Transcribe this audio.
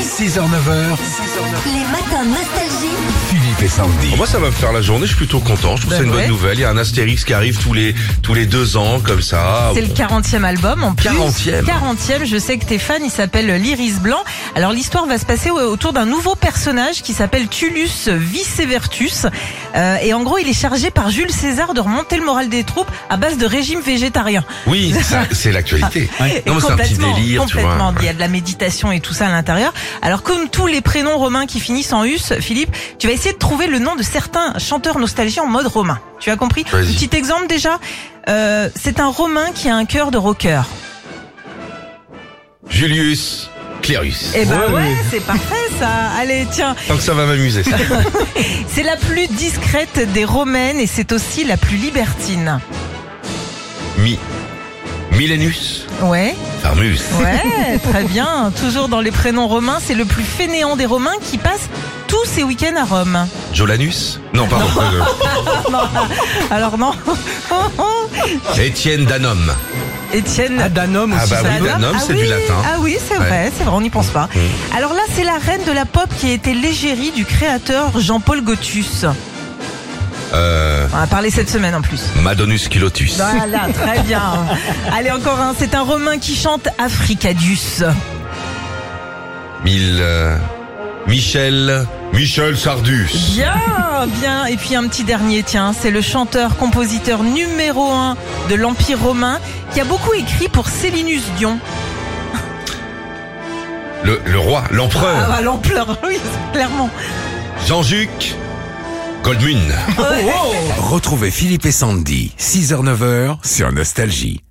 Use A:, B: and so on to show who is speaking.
A: 6h, 9h,
B: Les matins nostalgie.
A: Philippe et Sandy.
C: Bon, Moi, ça va me faire la journée. Je suis plutôt content. Je trouve
D: Ben
C: ça une
D: ouais.
C: bonne nouvelle. Il y a un Astérix qui arrive tous les tous les deux ans, comme ça.
D: C'est le 40e album en plus.
C: 40e.
D: 40e, je sais que t'es fan, il s'appelle l'Iris Blanc. Alors l'histoire va se passer au- autour d'un nouveau personnage qui s'appelle Tullus Vicevertus. Euh, et en gros, il est chargé par Jules César de remonter le moral des troupes à base de régime végétarien.
C: Oui, ça, c'est l'actualité.
D: Et
C: Non, mais c'est un petit
D: complètement,
C: délire, tu
D: complètement.
C: vois.
D: Il y a de la méditation et tout ça à l'intérieur. Alors comme tous les prénoms romains qui finissent en us, Philippe, tu vas essayer de trouver le nom de certains chanteurs nostalgie en mode romain. Tu as compris Un
C: Vas-y.
D: petit exemple déjà. Euh, c'est un romain qui a un cœur de rocker.
C: Julius Clérus.
D: Eh ben ouais, c'est parfait ça. Allez, tiens,
C: Tant que ça va m'amuser, ça.
D: c'est la plus discrète des romaines et c'est aussi la plus libertine.
C: Mi. Milenus.
D: Ouais,
C: Farmus.
D: ouais, très bien. Toujours dans les prénoms romains, c'est le plus fainéant des romains qui passe tous ses week-ends à Rome.
C: Jolanus. Non, pardon.
D: Alors non,
C: euh, Étienne Danum.
D: Étienne.
A: Danome
C: Ah, bah
D: ça
C: oui,
D: va
C: Danum, c'est
D: ah,
C: du
D: oui,
C: latin.
D: Ah oui, c'est
C: Ouais. Mm.
D: vrai, c'est vrai, on n'y pense pas. Alors là, c'est la reine de la pop qui a été l'égérie du créateur Jean-Paul Gotus.
C: Euh,
D: On a parlé cette semaine en plus.
C: Madonus Kilotus.
D: Voilà, très bien. Allez, encore un. C'est un Romain qui chante Africadus.
C: Mille. euh, Michel. Michel Sardus.
D: Bien, bien. Et puis un petit dernier, tiens. C'est le chanteur-compositeur numéro un de l'Empire romain qui a beaucoup écrit pour Célinus Dion.
C: Le, le roi,
D: Ah,
C: l'empereur.
D: bah, l'ampleur, oui, clairement.
C: Jean-Juc. Goldmune.
A: Retrouvez Philippe et Sandy, 6h, 9h sur Nostalgie.